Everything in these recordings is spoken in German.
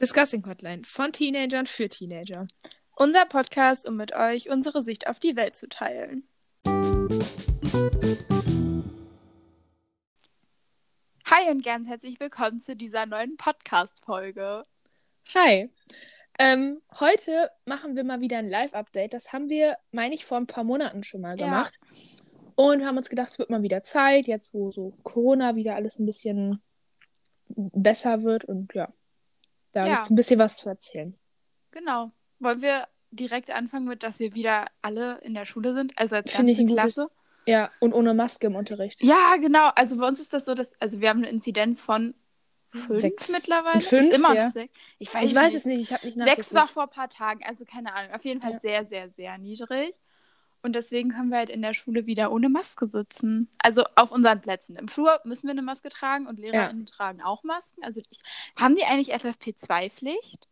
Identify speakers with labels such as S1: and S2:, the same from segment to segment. S1: Discussing Hotline von Teenagern für Teenager.
S2: Unser Podcast, um mit euch unsere Sicht auf die Welt zu teilen. Hi und ganz herzlich willkommen zu dieser neuen Podcast-Folge.
S1: Hi. Ähm, heute machen wir mal wieder ein Live-Update. Das haben wir, meine ich, vor ein paar Monaten schon mal
S2: Ja.
S1: gemacht. Und haben uns gedacht, es wird mal wieder Zeit, jetzt wo so Corona wieder alles ein bisschen besser wird. Und ja, da
S2: Ja.
S1: gibt es ein bisschen was zu erzählen.
S2: Genau. Wollen wir direkt anfangen mit, dass wir wieder alle in der Schule sind? Also als
S1: Finde ich
S2: ganze
S1: ein gutes-
S2: Klasse?
S1: Ja, und ohne Maske im Unterricht.
S2: Ja, genau. Also bei uns ist das so, dass, also wir haben eine Inzidenz von fünf
S1: Sechs.
S2: mittlerweile.
S1: Fünf,
S2: ist immer
S1: ja.
S2: noch sechs. Ich weiß,
S1: Ich weiß es nicht, ich habe nicht
S2: Sechs
S1: nachgeguckt.
S2: war vor ein paar Tagen, also keine Ahnung. Auf jeden Fall
S1: Ja.
S2: sehr, sehr, sehr niedrig. Und deswegen können wir halt in der Schule wieder ohne Maske sitzen. Also auf unseren Plätzen. Im Flur müssen wir eine Maske tragen und LehrerInnen tragen auch Masken. Also ich, haben die eigentlich FFP2-Pflicht?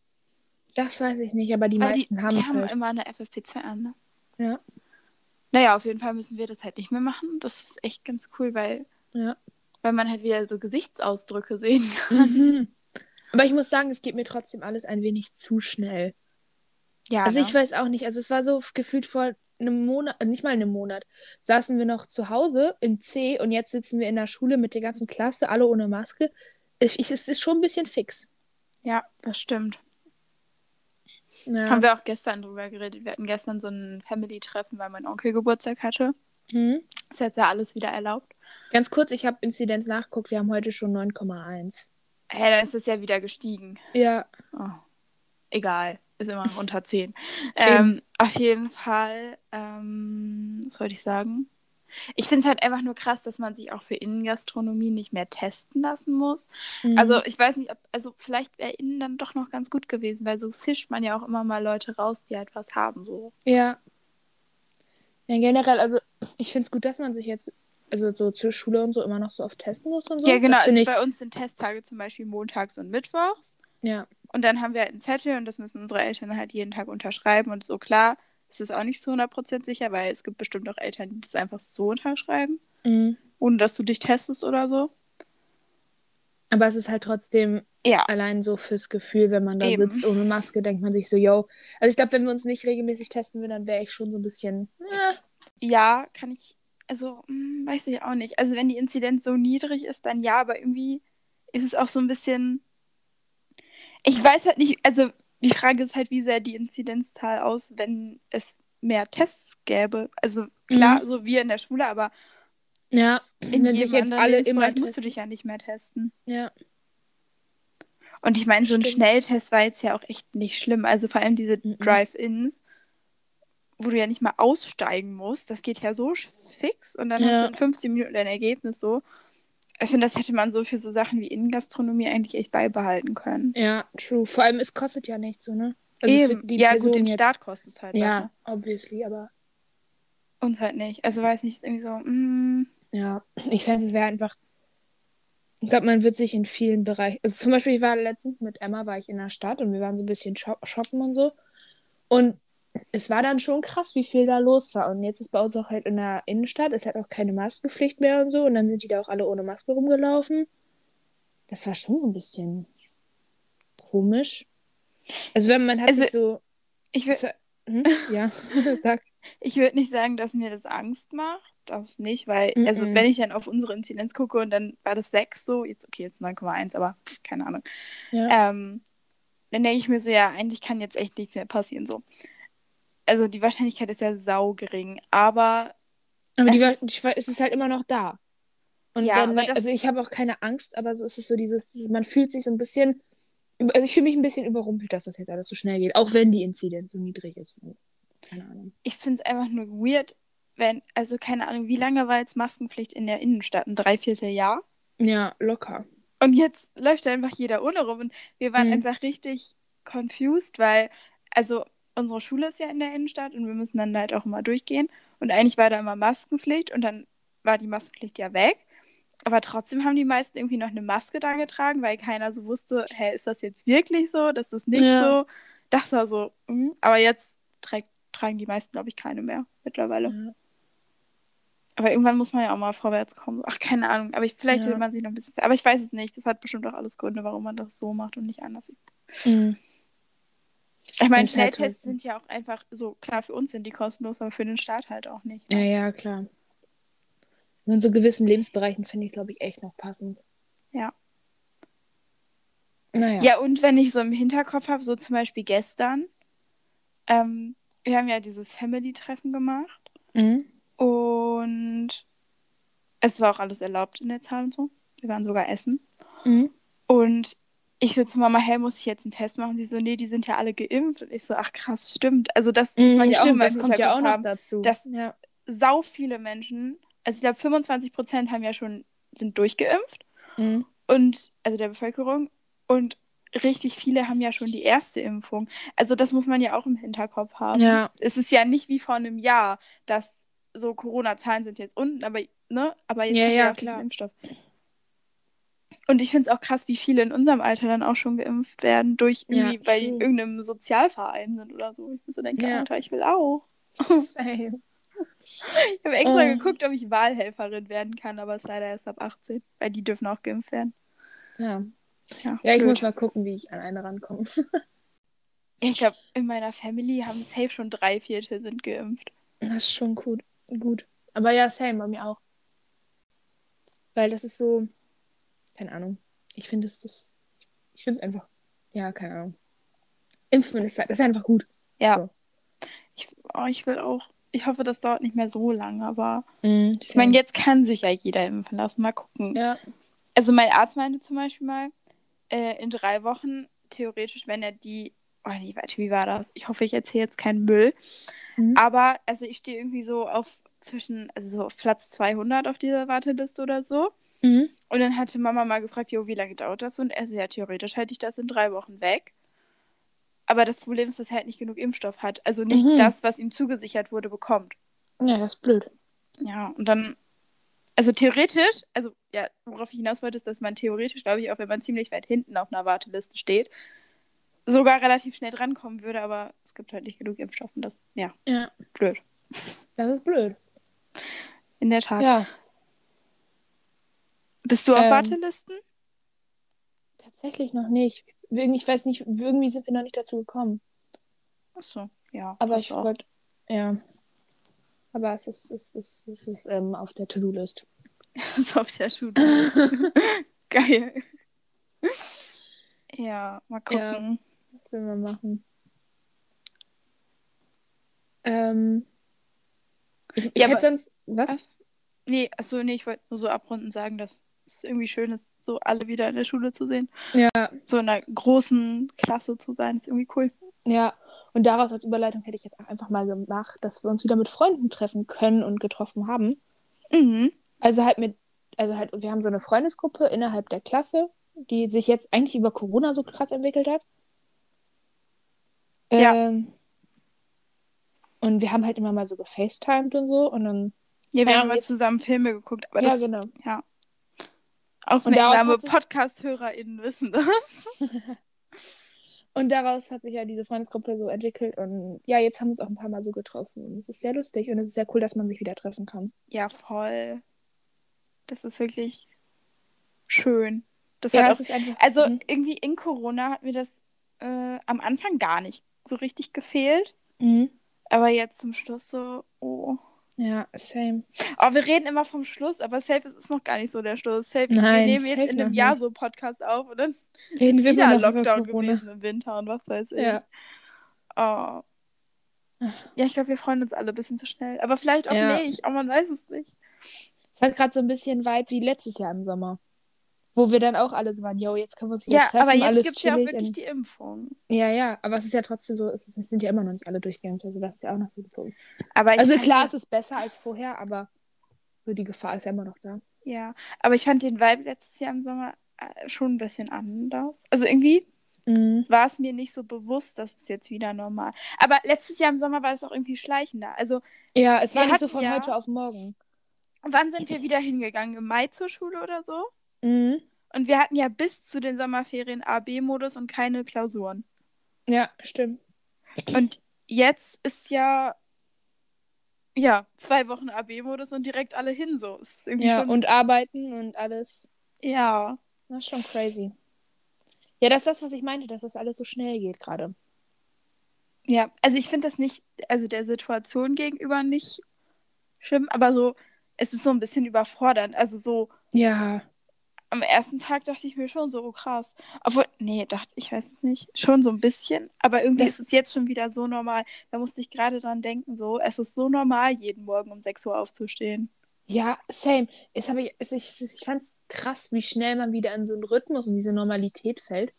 S1: Das weiß ich nicht, aber die meisten
S2: die,
S1: haben
S2: die
S1: es
S2: haben
S1: halt.
S2: immer eine FFP2 an. Ne?
S1: Ja.
S2: Naja, auf jeden Fall müssen wir das halt nicht mehr machen. Das ist echt ganz cool, weil,
S1: Ja.
S2: weil man halt wieder so Gesichtsausdrücke sehen kann.
S1: Mhm. Aber ich muss sagen, es geht mir trotzdem alles ein wenig zu schnell.
S2: Ja,
S1: Also
S2: ne?
S1: ich weiß auch nicht, also es war so gefühlt vor einem Monat, äh, nicht mal einem Monat, saßen wir noch zu Hause im C und jetzt sitzen wir in der Schule mit der ganzen Klasse, alle ohne Maske. Ich, ich, es ist schon ein bisschen fix.
S2: ja, das stimmt.
S1: Ja.
S2: Haben wir auch gestern drüber geredet. Wir hatten gestern so ein Family-Treffen, weil mein Onkel Geburtstag hatte.
S1: Mhm.
S2: Ist jetzt ja alles wieder erlaubt.
S1: Ganz kurz, ich habe Inzidenz nachgeguckt, wir haben heute schon 9,1.
S2: Hä, hey, dann ist es ja wieder gestiegen.
S1: Ja,
S2: Oh. Egal, ist immer noch unter 10. ähm, auf jeden Fall, ähm, was wollte ich sagen? Ich finde es halt einfach nur krass, dass man sich auch für Innengastronomie nicht mehr testen lassen muss.
S1: mhm.
S2: Also ich weiß nicht, ob, also vielleicht wäre innen dann doch noch ganz gut gewesen, weil so fischt man ja auch immer mal Leute raus, die halt was haben. So.
S1: Ja. Ja, generell, also ich finde es gut, dass man sich jetzt, also so zur Schule und so immer noch so oft testen muss und so.
S2: ja, genau.
S1: Das
S2: Also
S1: finde ich,
S2: bei uns sind Testtage zum Beispiel montags und mittwochs.
S1: ja.
S2: Und dann haben wir halt einen Zettel und das müssen unsere Eltern halt jeden Tag unterschreiben. Und so klar ist es auch nicht zu 100% sicher, weil es gibt bestimmt auch Eltern, die das einfach so unterschreiben,
S1: Mhm.
S2: ohne dass du dich testest oder so.
S1: Aber es ist halt trotzdem
S2: Ja.
S1: allein so fürs Gefühl, wenn man da
S2: Eben.
S1: sitzt ohne Maske, denkt man sich so, yo. Also ich glaube, wenn wir uns nicht regelmäßig testen würden, dann wäre ich schon so ein bisschen. Äh,
S2: Ja, kann ich. Also, hm, weiß ich auch nicht. Also, wenn die Inzidenz so niedrig ist, dann ja, aber irgendwie ist es auch so ein bisschen. Ich weiß halt nicht, also die Frage ist halt, wie sähe die Inzidenzzahl aus, wenn es mehr Tests gäbe. Also klar, so wir in der Schule, aber
S1: ja,
S2: in
S1: wenn
S2: jedem
S1: sich jetzt
S2: anderen
S1: alle
S2: Lebensbereich
S1: immer
S2: musst du
S1: testen.
S2: dich ja nicht mehr testen.
S1: Ja.
S2: Und ich meine, so ein
S1: Stimmt.
S2: Schnelltest war jetzt ja auch echt nicht schlimm. Also vor allem diese
S1: Mhm.
S2: Drive-Ins, wo du ja nicht mal aussteigen musst, das geht ja so sch- fix und dann hast
S1: Ja.
S2: du in 15 Minuten dein Ergebnis so. Ich finde, das hätte man so für so Sachen wie Innengastronomie eigentlich echt beibehalten können.
S1: ja, true. Vor allem, es kostet ja nichts so, ne? Also für
S2: Eben.
S1: die
S2: ja,
S1: Person
S2: gut, den
S1: jetzt.
S2: Staat kostet es halt was.
S1: Ja,
S2: ne?
S1: obviously, aber.
S2: Uns halt nicht. Also weiß nicht, ist irgendwie so, mm,
S1: Ja, ich fände es wäre einfach. Ich glaube, man wird sich in vielen Bereichen. Also zum Beispiel, ich war letztens mit Emma, war ich in der Stadt und wir waren so ein bisschen shop shoppen und so. Und es war dann schon krass, wie viel da los war. Und jetzt ist bei uns auch halt in der Innenstadt, ist halt auch keine Maskenpflicht mehr und so. Und dann sind die da auch alle ohne Maske rumgelaufen. Das war schon ein bisschen komisch. Also wenn man hat
S2: Also,
S1: sich so.
S2: ich will,
S1: Hm, ja, sag.
S2: Ich würde nicht sagen, dass mir das Angst macht. Das nicht, weil, also
S1: Mhm.
S2: wenn ich dann auf unsere Inzidenz gucke und dann war das 6 so, jetzt, okay, jetzt 9,1, aber pff, keine Ahnung.
S1: Ja.
S2: Ähm, dann denke ich mir so, ja, eigentlich kann jetzt echt nichts mehr passieren. So. Also die Wahrscheinlichkeit ist ja saugering, aber
S1: Aber die,
S2: es
S1: war- die, war- es ist halt immer noch da. Und
S2: Ja,
S1: dann,
S2: aber das-
S1: also ich habe auch keine Angst, aber so ist es so dieses, dieses man fühlt sich so ein bisschen, also ich fühle mich ein bisschen überrumpelt, dass das jetzt alles so schnell geht, auch wenn die Inzidenz so niedrig ist. Keine Ahnung.
S2: ich finde es einfach nur weird, wenn, also keine Ahnung, wie lange war jetzt Maskenpflicht in der Innenstadt? Ein Dreivierteljahr?
S1: Ja, locker.
S2: Und jetzt läuft einfach jeder ohne rum. Und wir waren
S1: Mhm.
S2: einfach richtig confused, weil, also unsere Schule ist ja in der Innenstadt und wir müssen dann halt auch immer durchgehen. Und eigentlich war da immer Maskenpflicht und dann war die Maskenpflicht ja weg. Aber trotzdem haben die meisten irgendwie noch eine Maske da getragen, weil keiner so wusste, hä, ist das jetzt wirklich so? Das ist nicht
S1: Ja.
S2: so. Das war so. mm. Aber jetzt trägt, tragen die meisten, glaube ich, keine mehr mittlerweile.
S1: Ja.
S2: Aber irgendwann muss man ja auch mal vorwärts kommen. Ach, keine Ahnung. Aber ich, vielleicht
S1: Ja.
S2: will man sich noch ein bisschen. Aber ich weiß es nicht. Das hat bestimmt auch alles Gründe, warum man das so macht und nicht anders. Ich
S1: Mhm.
S2: Ich meine,
S1: Ist halt
S2: Schnelltests
S1: so.
S2: sind ja auch einfach so, klar, für uns sind die kostenlos, aber für den Staat halt auch nicht.
S1: Ja, ja, klar. Und in so gewissen Lebensbereichen finde ich, glaube ich, echt noch passend.
S2: Ja.
S1: Naja.
S2: Ja, und wenn ich so im Hinterkopf habe, so zum Beispiel gestern, ähm, wir haben ja dieses Family-Treffen gemacht
S1: Mhm.
S2: und es war auch alles erlaubt in der Zahl und so. Wir waren sogar essen.
S1: Mhm.
S2: Und ich so zu Mama, hey, muss ich jetzt einen Test machen? Sie so, nee, die sind ja alle geimpft. Und ich so, ach krass, stimmt. Also das muss man
S1: Mhm,
S2: ja auch
S1: Stimmt,
S2: immer
S1: das
S2: im
S1: kommt ja auch
S2: Hinterkopf
S1: noch
S2: haben.
S1: dazu.
S2: dass-
S1: ja.
S2: Sau viele Menschen, also ich glaube 25 Prozent haben ja schon, sind durchgeimpft.
S1: Mhm.
S2: und also der Bevölkerung und richtig viele haben ja schon die erste Impfung. Also das muss man ja auch im Hinterkopf haben.
S1: Ja.
S2: Es ist ja nicht wie vor einem Jahr, dass so Corona-Zahlen sind jetzt unten, aber ne, aber jetzt
S1: Ja,
S2: haben wir
S1: ja,
S2: auch
S1: klar.
S2: diesen Impfstoff. Und ich finde es auch krass, wie viele in unserem Alter dann auch schon geimpft werden, durch
S1: Ja,
S2: irgendwie, weil die in
S1: true.
S2: irgendeinem Sozialverein sind oder so. Ich bin so denke,
S1: Ja.
S2: Alter, ich will auch. Ich habe extra
S1: Ah.
S2: geguckt, ob ich Wahlhelferin werden kann, aber es ist leider erst ab 18, weil die dürfen auch geimpft werden.
S1: Ja.
S2: Ja,
S1: ja, ich
S2: blöd.
S1: muss mal gucken, wie ich an eine rankomme.
S2: Ja, Ich glaube, in meiner Family haben safe schon drei Viertel sind geimpft.
S1: Das ist schon gut. gut. Aber ja, same, bei mir auch. Weil das ist so, keine Ahnung. Ich finde es das, ich finde es einfach, ja, keine Ahnung. Impfen ist, ist einfach gut.
S2: Ja.
S1: So.
S2: Ich, oh, ich will auch. Ich hoffe, das dauert nicht mehr so lange, aber ich
S1: Same.
S2: meine, jetzt kann sich ja jeder impfen lassen. Mal gucken.
S1: ja.
S2: Also mein Arzt meinte zum Beispiel mal, äh, in drei Wochen, theoretisch, wenn er die. Oh nee, warte, wie war das? Ich hoffe, ich erzähle jetzt keinen Müll.
S1: Mhm.
S2: Aber, also ich stehe irgendwie so auf zwischen, also so auf Platz 200 auf dieser Warteliste oder so.
S1: Mhm.
S2: Und dann hatte Mama mal gefragt, jo, wie lange dauert das? Und er so, ja, theoretisch hätte ich das in drei Wochen weg. Aber das Problem ist, dass er halt nicht genug Impfstoff hat. Also nicht
S1: Mhm.
S2: das, was ihm zugesichert wurde, bekommt.
S1: Ja, das ist blöd.
S2: Ja, und dann, also theoretisch, also ja, worauf ich hinaus wollte, ist, dass man theoretisch, glaube ich, auch wenn man ziemlich weit hinten auf einer Warteliste steht, sogar relativ schnell drankommen würde, aber es gibt halt nicht genug Impfstoff und das, ja,
S1: Ja,
S2: blöd.
S1: das ist blöd.
S2: In der Tat.
S1: Ja,
S2: Bist du auf
S1: Ähm,
S2: Wartelisten?
S1: tatsächlich noch nicht. Irgendwie- Ich weiß nicht, irgendwie sind wir noch nicht dazu gekommen.
S2: Achso, ja.
S1: Aber
S2: das
S1: ich
S2: auch.
S1: wollte, ja. Aber es ist, es ist, es ist ähm, auf der To-Do-List.
S2: Das ist auf der Schule. Geil. Ja, mal gucken.
S1: Was will man machen? Ähm, ich ich
S2: Ja,
S1: hätte
S2: aber-
S1: sonst. Was?
S2: Was? Nee, achso, nee, ich wollte nur so abrunden sagen, dass es irgendwie schön ist, so alle wieder in der Schule zu sehen.
S1: Ja,
S2: So in einer großen Klasse zu sein, ist irgendwie cool.
S1: ja. Und daraus als Überleitung hätte ich jetzt auch einfach mal gemacht, dass wir uns wieder mit Freunden treffen können und getroffen haben.
S2: Mhm.
S1: Also halt mit, also halt, wir haben so eine Freundesgruppe innerhalb der Klasse, die sich jetzt eigentlich über Corona so krass entwickelt hat.
S2: Ja.
S1: Ähm, und wir haben halt immer mal so gefacetimed und so und dann.
S2: Ja, wir
S1: Ja,
S2: haben mal
S1: jetzt-
S2: zusammen Filme geguckt, aber
S1: ja,
S2: das
S1: genau.
S2: ja.
S1: daraus
S2: Aufmerksame
S1: hat sich-
S2: Podcast-HörerInnen wissen das.
S1: Und daraus hat sich ja diese Freundesgruppe so entwickelt und ja, jetzt haben wir uns auch ein paar Mal so getroffen. Und es ist sehr lustig und es ist sehr cool, dass man sich wieder treffen kann.
S2: Ja, voll. Das ist wirklich schön. Das
S1: ja,
S2: hat auch
S1: es ist einfach.
S2: Also
S1: Mhm.
S2: irgendwie in Corona hat mir das äh, am Anfang gar nicht so richtig gefehlt.
S1: Mhm.
S2: Aber jetzt zum Schluss so, oh.
S1: Ja, same.
S2: Aber wir reden immer vom Schluss, aber safe ist es noch gar nicht so der Schluss. Safe,
S1: Nein,
S2: wir nehmen jetzt
S1: safe
S2: in einem
S1: noch
S2: Jahr
S1: nicht.
S2: so einen Podcast auf und dann
S1: Reden wir
S2: wieder
S1: mal noch über
S2: Lockdown
S1: Corona.
S2: gewesen im Winter und was weiß ich.
S1: Ja.
S2: Oh. Ja, ich glaube, wir freuen uns alle ein bisschen zu schnell. Aber vielleicht auch
S1: Ja.
S2: nicht. Oh, man weiß es nicht.
S1: Es hat gerade so ein bisschen Vibe wie letztes Jahr im Sommer. Wo wir dann auch alle so waren, yo, jetzt können wir uns wieder
S2: Ja,
S1: treffen,
S2: aber jetzt
S1: alles
S2: gibt es ja auch
S1: chillig
S2: wirklich
S1: und-
S2: die Impfung.
S1: Ja, ja, aber es ist ja trotzdem so, es, ist, es sind ja immer noch nicht alle durchgeimpft, also das ist ja auch noch so gekommen.
S2: Aber ich
S1: Also
S2: fand
S1: klar,
S2: den-
S1: es ist besser als vorher, aber so die Gefahr ist ja immer noch da.
S2: Ja, aber ich fand den Vibe letztes Jahr im Sommer äh, schon ein bisschen anders. Also irgendwie
S1: Mhm.
S2: war es mir nicht so bewusst, dass es jetzt wieder normal. Aber letztes Jahr im Sommer war es auch irgendwie schleichender. Also
S1: Ja, es
S2: Wir
S1: war nicht so
S2: hatten
S1: von
S2: ja-
S1: heute auf morgen.
S2: wann sind wir wieder hingegangen? Im Mai zur Schule oder so?
S1: Mhm.
S2: Und wir hatten ja bis zu den Sommerferien AB-Modus und keine Klausuren.
S1: Ja, stimmt.
S2: Und jetzt ist ja ja zwei Wochen AB-Modus und direkt alle hin so. Es Ist irgendwie
S1: Ja,
S2: schon,
S1: und arbeiten und alles.
S2: ja.
S1: Das ist schon crazy. Ja, das ist das, was ich meinte, dass das alles so schnell geht gerade.
S2: Ja, also ich finde das nicht, also der Situation gegenüber nicht schlimm, aber so, es ist so ein bisschen überfordernd. Also so,
S1: Ja.
S2: am ersten Tag dachte ich mir schon so, oh krass. Obwohl, nee, dachte ich, weiß es nicht. Schon so ein bisschen. Aber irgendwie
S1: Das-
S2: ist es jetzt schon wieder so normal. Da musste ich gerade dran denken, so, es ist so normal, jeden Morgen um 6 Uhr aufzustehen.
S1: Ja, same. Jetzt hab ich, es- ich, ich fand es krass, wie schnell man wieder in so einen Rhythmus und diese Normalität fällt.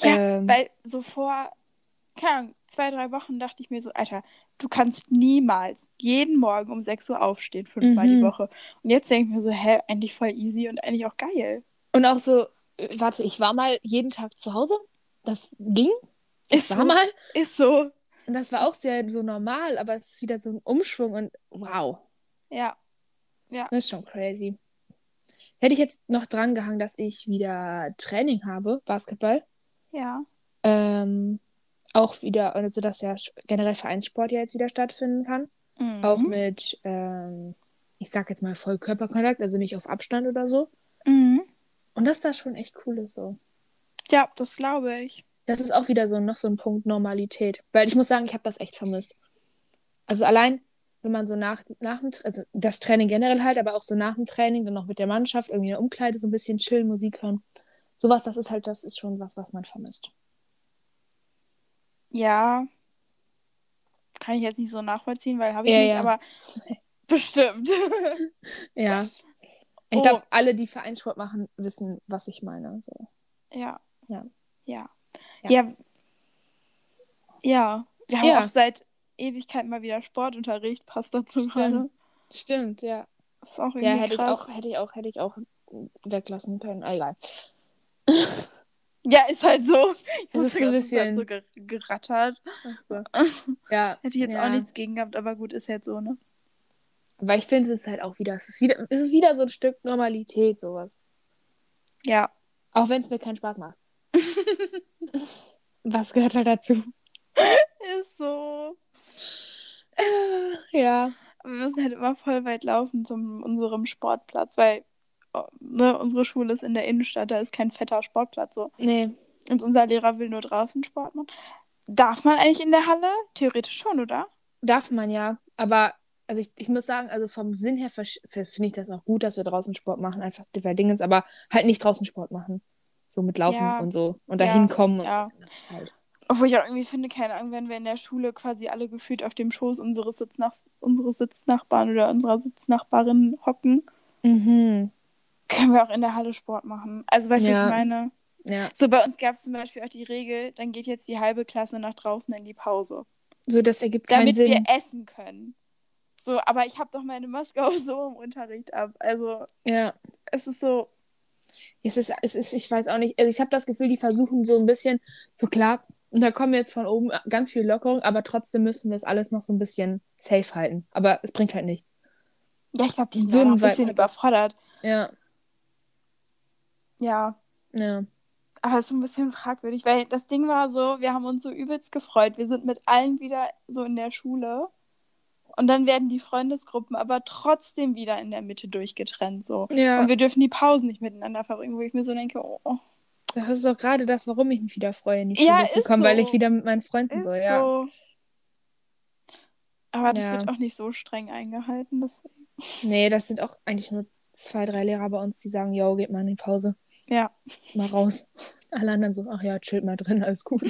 S2: Ja,
S1: Ähm,
S2: Weil so vor, keine Ahnung, zwei, drei Wochen dachte ich mir so, Alter, du kannst niemals jeden Morgen um 6 Uhr aufstehen, fünfmal
S1: Mhm.
S2: die Woche. Und jetzt denke ich mir so, hä, eigentlich voll easy und eigentlich auch geil.
S1: und auch so, äh, warte, ich war mal jeden Tag zu Hause. Das ging.
S2: Ist
S1: War
S2: so.
S1: mal.
S2: Ist so.
S1: Und das war auch sehr so normal, aber es ist wieder so ein Umschwung und wow,
S2: Ja.
S1: das ist schon crazy. Hätte ich jetzt noch dran gehangen, dass ich wieder Training habe, Basketball.
S2: Ja.
S1: Ähm, auch wieder, also dass ja sch- generell Vereinssport ja jetzt wieder stattfinden kann.
S2: Mhm.
S1: Auch mit, ähm, ich sag jetzt mal Vollkörperkontakt, also nicht auf Abstand oder so.
S2: Mhm.
S1: Und dass das schon echt cool ist so.
S2: Ja, das glaube ich.
S1: Das ist auch wieder so noch so ein Punkt Normalität. Weil ich muss sagen, ich habe das echt vermisst. Also allein, wenn man so nach, nach dem, Tra- also das Training generell halt, aber auch so nach dem Training, dann noch mit der Mannschaft, irgendwie in der Umkleide so ein bisschen chillen, Musik hören. Sowas, das ist halt, das ist schon was, was man vermisst.
S2: Ja. Kann ich jetzt nicht so nachvollziehen, weil habe ich
S1: Ja,
S2: nicht,
S1: ja.
S2: aber bestimmt.
S1: Ja. Ich
S2: Oh.
S1: glaube, alle, die Vereinssport machen, wissen, was ich meine. So.
S2: ja.
S1: Ja.
S2: Ja.
S1: Ja.
S2: Ja. Ja. Wir haben
S1: Ja.
S2: auch seit Ewigkeit mal wieder Sportunterricht, passt dazu
S1: Stimmt.
S2: gerade.
S1: Stimmt, ja.
S2: Ist auch irgendwie
S1: Ja, hätte ich
S2: krass.
S1: auch, hätte ich auch, hätte ich auch weglassen können. Ah, egal.
S2: Ja, ist halt so. Ich
S1: Es ist so
S2: wusste
S1: ein
S2: gerade, es hat
S1: bisschen-
S2: so ge gerattert.
S1: Ach so. Ja.
S2: Hätte ich jetzt
S1: ja.
S2: auch nichts gegen gehabt, aber gut, ist jetzt so, ne?
S1: Weil ich finde, es ist halt auch wieder, es ist wieder, es ist wieder so ein Stück Normalität, sowas.
S2: Ja.
S1: Auch wenn es mir keinen Spaß macht. Was gehört halt dazu?
S2: Ist so.
S1: Ja.
S2: Aber wir müssen halt immer voll weit laufen zum unserem Sportplatz, weil oh, ne, unsere Schule ist in der Innenstadt, da ist kein fetter Sportplatz so.
S1: Nee.
S2: Und unser Lehrer will nur draußen Sport machen. Darf man eigentlich in der Halle? Theoretisch schon, oder?
S1: Darf man ja. Aber, also ich, ich muss sagen, also vom Sinn her versch- ver- finde ich das auch gut, dass wir draußen Sport machen, einfach weil Dingens, aber halt nicht draußen Sport machen. So mit Laufen
S2: Ja.
S1: und so. Und
S2: Ja.
S1: dahin kommen. und-
S2: Ja.
S1: Das ist halt.
S2: Obwohl ich auch irgendwie finde, keine Ahnung, wenn wir in der Schule quasi alle gefühlt auf dem Schoß unseres, Sitznach unseres Sitznachbarn oder unserer Sitznachbarin hocken,
S1: Mhm.
S2: können wir auch in der Halle Sport machen. Also, weißt du,
S1: Ja.
S2: was ich meine?
S1: Ja.
S2: So, bei uns gab es zum Beispiel auch die Regel, dann geht jetzt die halbe Klasse nach draußen in die Pause.
S1: So, das ergibt keinen
S2: damit
S1: Sinn.
S2: wir essen können. So, aber ich habe doch meine Maske auch so im Unterricht ab. Also,
S1: ja.
S2: es ist so,
S1: Es ist, es ist, ich weiß auch nicht, also ich habe das Gefühl, die versuchen so ein bisschen, so klar, da kommen jetzt von oben ganz viel Lockerung, aber trotzdem müssen wir es alles noch so ein bisschen safe halten. Aber es bringt halt nichts.
S2: ja, ich glaube, die sind
S1: So
S2: so ein
S1: ein Vibe
S2: bisschen
S1: hat das.
S2: überfordert.
S1: Ja,
S2: Ja,
S1: ja.
S2: aber es ist so ein bisschen fragwürdig, weil das Ding war so, wir haben uns so übelst gefreut. Wir sind mit allen wieder so in der Schule. Und dann werden die Freundesgruppen aber trotzdem wieder in der Mitte durchgetrennt. So.
S1: Ja,
S2: Und wir dürfen die Pausen nicht miteinander verbringen, wo ich mir so denke, oh, oh,
S1: das ist auch gerade das, warum ich mich wieder freue, in die Schule
S2: Ja,
S1: zu
S2: ist
S1: kommen, weil
S2: so.
S1: ich wieder mit meinen Freunden
S2: ist
S1: soll. Ja.
S2: so. Aber das
S1: Ja.
S2: wird auch nicht so streng eingehalten. Deswegen.
S1: Nee, das sind auch eigentlich nur zwei, drei Lehrer bei uns, die sagen, yo, geht mal in die Pause,
S2: Ja.
S1: mal raus. Alle anderen so, ach ja, chillt mal drin, alles gut.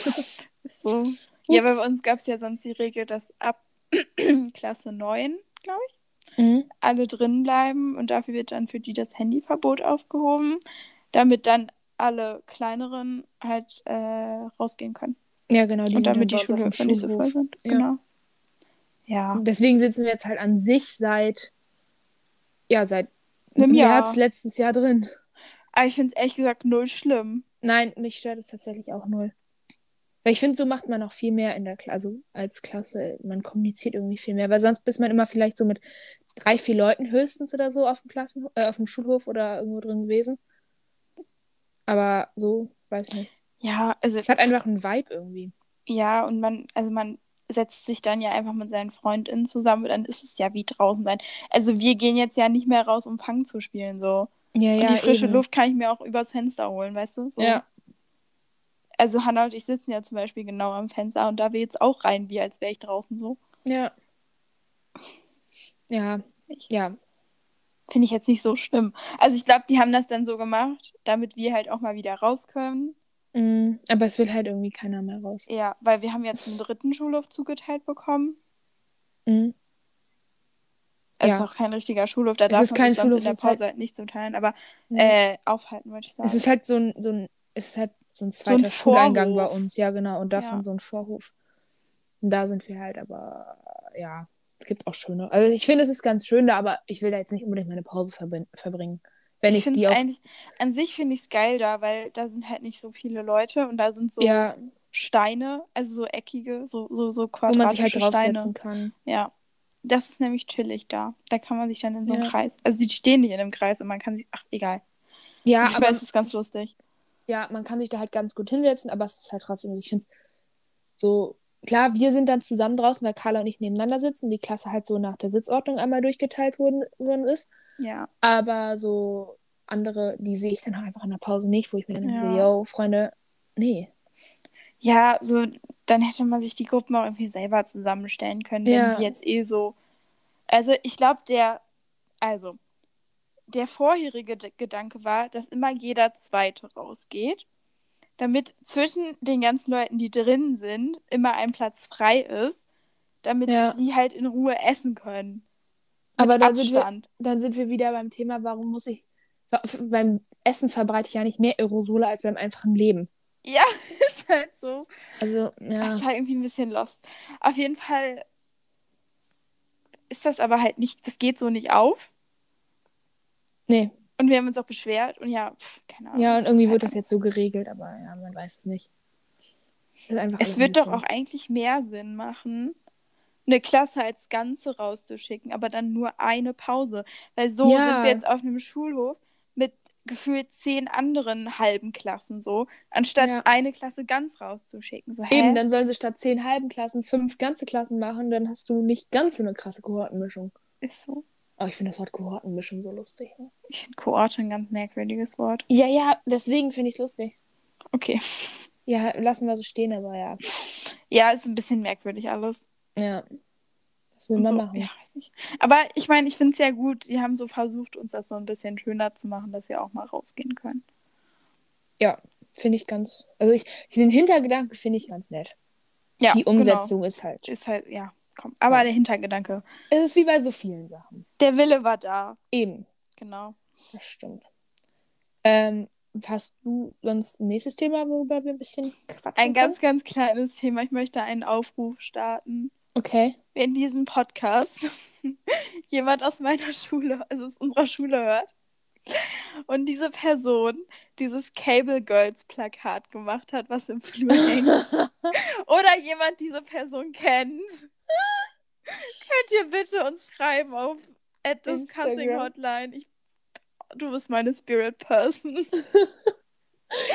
S2: So. Ja,
S1: Ups.
S2: aber bei uns gab es ja sonst die Regel, dass ab Klasse 9, glaube ich,
S1: Mhm.
S2: alle drin bleiben und dafür wird dann für die das Handyverbot aufgehoben, damit dann alle kleineren halt äh, rausgehen können.
S1: Ja, genau, die
S2: und
S1: sind
S2: damit die
S1: dann bei uns auf
S2: Schulhöfe
S1: dem
S2: nicht so voll
S1: Schulhof.
S2: sind.
S1: Ja.
S2: Genau. Ja.
S1: Deswegen sitzen wir jetzt halt an sich seit, ja, seit
S2: Einem Jahr.
S1: März letztes Jahr drin.
S2: Aber ich finde es ehrlich gesagt null schlimm.
S1: Nein, mich stört es tatsächlich auch null. Weil ich finde, so macht man auch viel mehr in der Klasse, also als Klasse. Man kommuniziert irgendwie viel mehr, weil sonst ist man immer vielleicht so mit drei, vier Leuten höchstens oder so auf dem Klassen, äh, auf dem Schulhof oder irgendwo drin gewesen. Aber so, weiß nicht.
S2: Ja, also
S1: Es hat einfach einen Vibe irgendwie.
S2: ja, und man, also man setzt sich dann ja einfach mit seinen FreundInnen zusammen und dann ist es ja wie draußen sein. Also wir gehen jetzt ja nicht mehr raus, um Fang zu spielen, so.
S1: Ja,
S2: Und die frische
S1: eben.
S2: Luft kann ich mir auch übers Fenster holen, weißt du? So.
S1: Ja.
S2: also Hannah und ich sitzen ja zum Beispiel genau am Fenster und da weht es auch rein, wie als wäre ich draußen so.
S1: Ja. Ja.
S2: Ich-
S1: Ja.
S2: Finde ich jetzt nicht so schlimm. Also ich glaube, die haben das dann so gemacht, damit wir halt auch mal wieder raus können.
S1: Mm, aber es will halt irgendwie keiner mehr raus.
S2: Ja, weil wir haben jetzt einen dritten Schulhof zugeteilt bekommen. Also
S1: Mm.
S2: Es
S1: Ja.
S2: ist auch kein richtiger Schulhof, da
S1: Es
S2: darf
S1: ist
S2: man
S1: kein
S2: sich sonst
S1: Schulhof,
S2: in der
S1: es ist halt-
S2: Pause halt nicht zuteilen, aber
S1: Mm.
S2: äh, aufhalten wollte ich sagen.
S1: Es ist halt so ein, so ein, es ist halt so ein
S2: ein
S1: zweiter Schuleingang bei
S2: Vorhof.
S1: uns, ja, genau, und davon
S2: Ja.
S1: so ein Vorhof. Und da sind wir halt, aber ja, es gibt auch schöne. Also ich finde, es ist ganz schön da, aber ich will da jetzt nicht unbedingt meine Pause verbin- verbringen. Wenn ich,
S2: find's
S1: die auch.
S2: eigentlich, an sich finde ich es geil da, weil da sind halt nicht so viele Leute und da sind so
S1: ja,
S2: Steine, also so eckige, so, so, so
S1: wo
S2: quadratische
S1: man sich halt draufsetzen
S2: Steine.
S1: kann.
S2: Ja. Das ist nämlich chillig da. Da kann man sich dann in so einem
S1: Ja.
S2: Kreis. Also die stehen nicht in einem Kreis und man kann sich. Ach, egal.
S1: Ja,
S2: ich
S1: aber
S2: weiß, es ist ganz lustig.
S1: ja, man kann sich da halt ganz gut hinsetzen, aber es ist halt trotzdem, also ich finde es so, klar, wir sind dann zusammen draußen, weil Carla und ich nebeneinander sitzen und die Klasse halt so nach der Sitzordnung einmal durchgeteilt worden, worden ist.
S2: Ja.
S1: Aber so andere, die sehe ich dann auch einfach in der Pause nicht, wo ich mir dann
S2: Ja.
S1: denke, so, yo, Freunde, nee.
S2: Ja, so, dann hätte man sich die Gruppen auch irgendwie selber zusammenstellen können, wenn
S1: Ja.
S2: die jetzt eh so. Also ich glaube, der, also, der vorherige D Gedanke war, dass immer jeder Zweite rausgeht, damit zwischen den ganzen Leuten, die drin sind, immer ein Platz frei ist, damit
S1: Ja.
S2: die halt in Ruhe essen können.
S1: Aber da sind, wir,
S2: Abstand.
S1: dann sind wir wieder beim Thema, warum muss ich, wa- f- beim Essen verbreite ich ja nicht mehr Aerosole als beim einfachen Leben.
S2: Ja, ist halt so.
S1: Also, ja.
S2: Das war irgendwie ein bisschen lost. Auf jeden Fall ist das aber halt nicht, das geht so nicht auf.
S1: Nee,
S2: Und wir haben uns auch beschwert und ja, pf, keine Ahnung.
S1: ja, und
S2: es
S1: irgendwie
S2: ist
S1: wird
S2: halt
S1: das jetzt so geregelt, aber ja, man weiß es nicht. Es ist einfach
S2: einfach- Es
S1: alles
S2: wird
S1: ein
S2: doch auch eigentlich mehr Sinn machen, eine Klasse als Ganze rauszuschicken, aber dann nur eine Pause. Weil so
S1: Ja.
S2: sind wir jetzt auf einem Schulhof mit gefühlt zehn anderen halben Klassen so, anstatt
S1: Ja.
S2: eine Klasse ganz rauszuschicken. So, hä?
S1: bisschen- Eben, dann sollen sie statt zehn halben Klassen fünf ganze Klassen machen, dann hast du nicht ganz so eine krasse Kohortenmischung.
S2: ist so.
S1: Oh, ich finde das Wort Kohortenmischung so lustig. Ne?
S2: Ich finde Koorte ein ganz merkwürdiges Wort.
S1: Ja, ja, deswegen finde ich es lustig.
S2: Okay.
S1: Ja, lassen wir so stehen, aber ja.
S2: Ja, ist ein bisschen merkwürdig alles.
S1: Ja. Das will
S2: Und
S1: man
S2: so,
S1: machen.
S2: Ja, weiß nicht. Aber ich meine, ich finde es ja gut. Die haben so versucht, uns das so ein bisschen schöner zu machen, dass wir auch mal rausgehen können.
S1: Finde ich ganz. Also ich, den Hintergedanken finde ich ganz nett.
S2: Ja,
S1: Die Umsetzung ist halt.
S2: Genau. Ist halt, ja, komm. Aber
S1: Ja.
S2: der Hintergedanke.
S1: Es ist wie bei so vielen Sachen.
S2: Der Wille war da.
S1: Eben,
S2: Genau.
S1: das stimmt. Ähm, hast du sonst ein nächstes Thema, worüber wir ein bisschen quatschen?
S2: Ein ganz,
S1: können?
S2: ganz kleines Thema. Ich möchte einen Aufruf starten.
S1: Okay.
S2: Wenn diesen Podcast jemand aus meiner Schule, also aus unserer Schule hört und diese Person dieses Cable Girls Plakat gemacht hat, was im Flur hängt, oder jemand diese Person kennt, könnt ihr bitte uns schreiben auf Discussing
S1: Instagram.
S2: Hotline. Ich, du bist meine Spirit Person.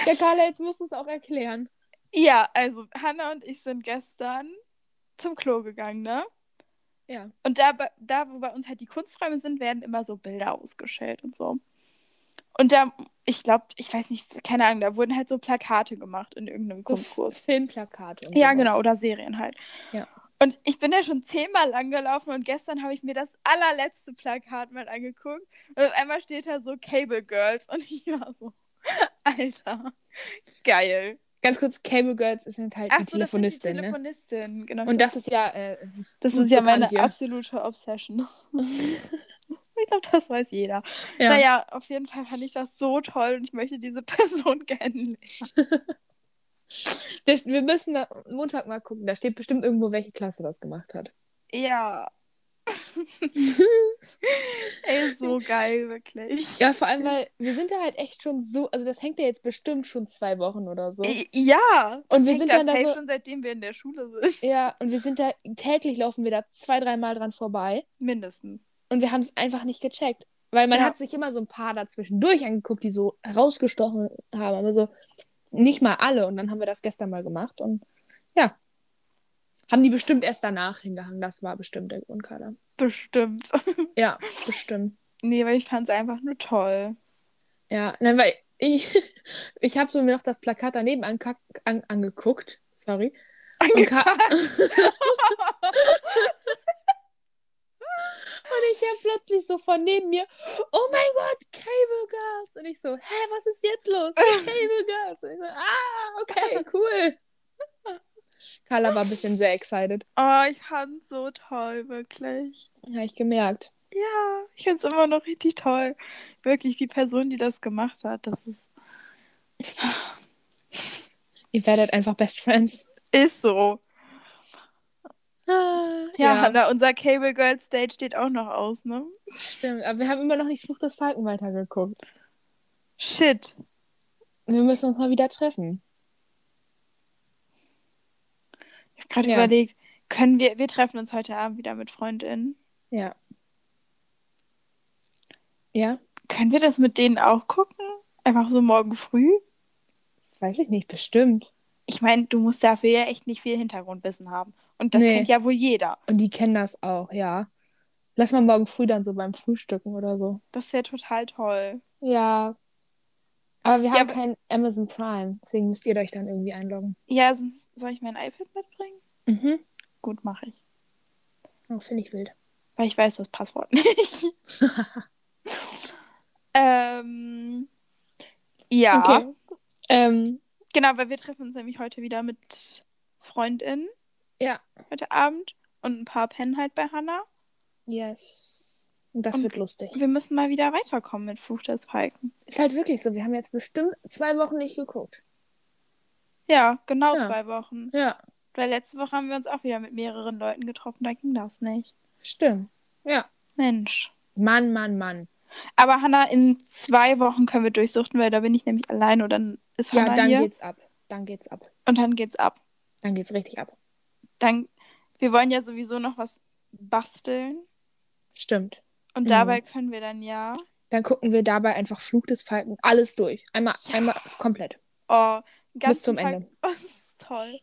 S1: Ja, Carla, jetzt musst du es auch erklären.
S2: Ja, also Hannah und ich sind gestern zum Klo gegangen, ne?
S1: Ja.
S2: Und da, bei- da, wo bei uns halt die Kunsträume sind, werden immer so Bilder ausgestellt und so. Und da, ich glaube, ich weiß nicht, keine Ahnung, da wurden halt so Plakate gemacht in irgendeinem
S1: So
S2: Kunstkurs.
S1: Filmplakat. Und
S2: Ja,
S1: sowas.
S2: genau, oder Serien halt.
S1: Ja.
S2: Und ich bin da schon zehnmal lang gelaufen und gestern habe ich mir das allerletzte Plakat mal angeguckt und auf einmal steht da so Cable Girls und ich war so, Alter, geil.
S1: Ganz kurz, Cable Girls ist halt
S2: Ach
S1: die
S2: so, das sind
S1: Telefonistin.
S2: die
S1: ne?
S2: Telefonistin, genau.
S1: Und das ist ja, äh,
S2: das
S1: gut
S2: ist ja meine
S1: bekannt hier.
S2: absolute Obsession. ich glaube, das weiß jeder.
S1: Ja.
S2: Naja, auf jeden Fall fand ich das so toll und ich möchte diese Person kennenlernen.
S1: das, wir müssen da Montag mal gucken. Da steht bestimmt irgendwo, welche Klasse das gemacht hat.
S2: Ja. Ey, so geil, wirklich.
S1: Ja, vor allem, weil wir sind da halt echt schon so, also das hängt ja jetzt bestimmt schon zwei Wochen oder so.
S2: I- Ja,
S1: Und wir
S2: hängt
S1: sind
S2: das
S1: dann da
S2: safe
S1: so,
S2: schon seitdem wir in der Schule sind.
S1: ja, und wir sind da, täglich laufen wir da zwei, dreimal dran vorbei
S2: Mindestens.
S1: und wir haben es einfach nicht gecheckt. Weil man
S2: Ja.
S1: hat sich immer so ein paar dazwischendurch angeguckt, die so herausgestochen haben, aber so nicht mal alle. Und dann haben wir das gestern mal gemacht und ja. Haben die bestimmt erst danach hingehangen. Das war bestimmt der Grund, Carla.
S2: Bestimmt.
S1: Ja, bestimmt.
S2: Nee, weil ich fand es einfach nur toll.
S1: Ja, nein, weil ich, ich habe so mir noch das Plakat daneben ankack, an, angeguckt. Sorry. Und,
S2: Angekackt.
S1: ka und ich höre plötzlich so von neben mir, oh mein Gott, Cable Girls. Und ich so, hä, was ist jetzt los? Cable Girls. Und ich so, ah, okay, cool. Carla war ein bisschen sehr excited.
S2: Oh, ich fand's so toll, wirklich.
S1: Habe ich gemerkt.
S2: Ja, ich find's immer noch richtig toll. Wirklich, die Person, die das gemacht hat, das ist,
S1: Ihr werdet einfach Best Friends.
S2: ist so. Ja,
S1: Ah, Ja.
S2: Hanna, unser Cable Girl Stage steht auch noch aus, ne?
S1: Stimmt, aber wir haben immer noch nicht Fluch des Falken weitergeguckt.
S2: Shit.
S1: Wir müssen uns mal wieder treffen.
S2: Ich habe gerade
S1: Ja.
S2: überlegt, können wir, wir treffen uns heute Abend wieder mit Freundinnen.
S1: Ja. Ja,
S2: Können wir das mit denen auch gucken? Einfach so morgen früh?
S1: weiß ich nicht, bestimmt.
S2: Ich meine, du musst dafür ja echt nicht viel Hintergrundwissen haben. Und das
S1: Nee.
S2: kennt ja wohl jeder.
S1: Und die kennen das auch, ja. Lass mal morgen früh dann so beim Frühstücken oder so.
S2: Das wäre total toll.
S1: Ja. Aber wir
S2: Ja,
S1: haben
S2: aber-
S1: kein Amazon Prime, deswegen müsst ihr euch dann irgendwie einloggen.
S2: Ja, sonst soll ich mein iPad mitbringen?
S1: Mhm.
S2: Gut, mache ich.
S1: Oh, Finde ich wild.
S2: Weil ich weiß das Passwort nicht. ähm, ja,
S1: Okay. Ähm,
S2: genau, weil wir treffen uns nämlich heute wieder mit Freundinnen
S1: ja.
S2: heute Abend und ein paar pennen halt bei Hannah.
S1: Yes. Das
S2: Und-
S1: wird lustig.
S2: Wir müssen mal wieder weiterkommen mit Fluch des Falken.
S1: Ist halt wirklich so, wir haben jetzt bestimmt zwei Wochen nicht geguckt.
S2: Ja, genau
S1: Ja.
S2: zwei Wochen.
S1: Ja,
S2: Weil letzte Woche haben wir uns auch wieder mit mehreren Leuten getroffen, da ging das nicht.
S1: stimmt. Ja.
S2: Mensch.
S1: Mann, Mann, Mann.
S2: Aber Hannah, in zwei Wochen können wir durchsuchten, weil da bin ich nämlich allein und dann ist
S1: Ja,
S2: Hannah
S1: dann
S2: hier
S1: geht's ab. Dann geht's ab.
S2: und dann geht's ab.
S1: Dann geht's richtig ab.
S2: Dann, wir wollen ja sowieso noch was basteln
S1: Stimmt.
S2: und
S1: Mhm.
S2: dabei können wir dann ja.
S1: Dann gucken wir dabei einfach Flug des Falken alles durch. Einmal,
S2: Ja.
S1: einmal komplett.
S2: Oh, ganz
S1: Bis zum Ende.
S2: Oh, das ist toll.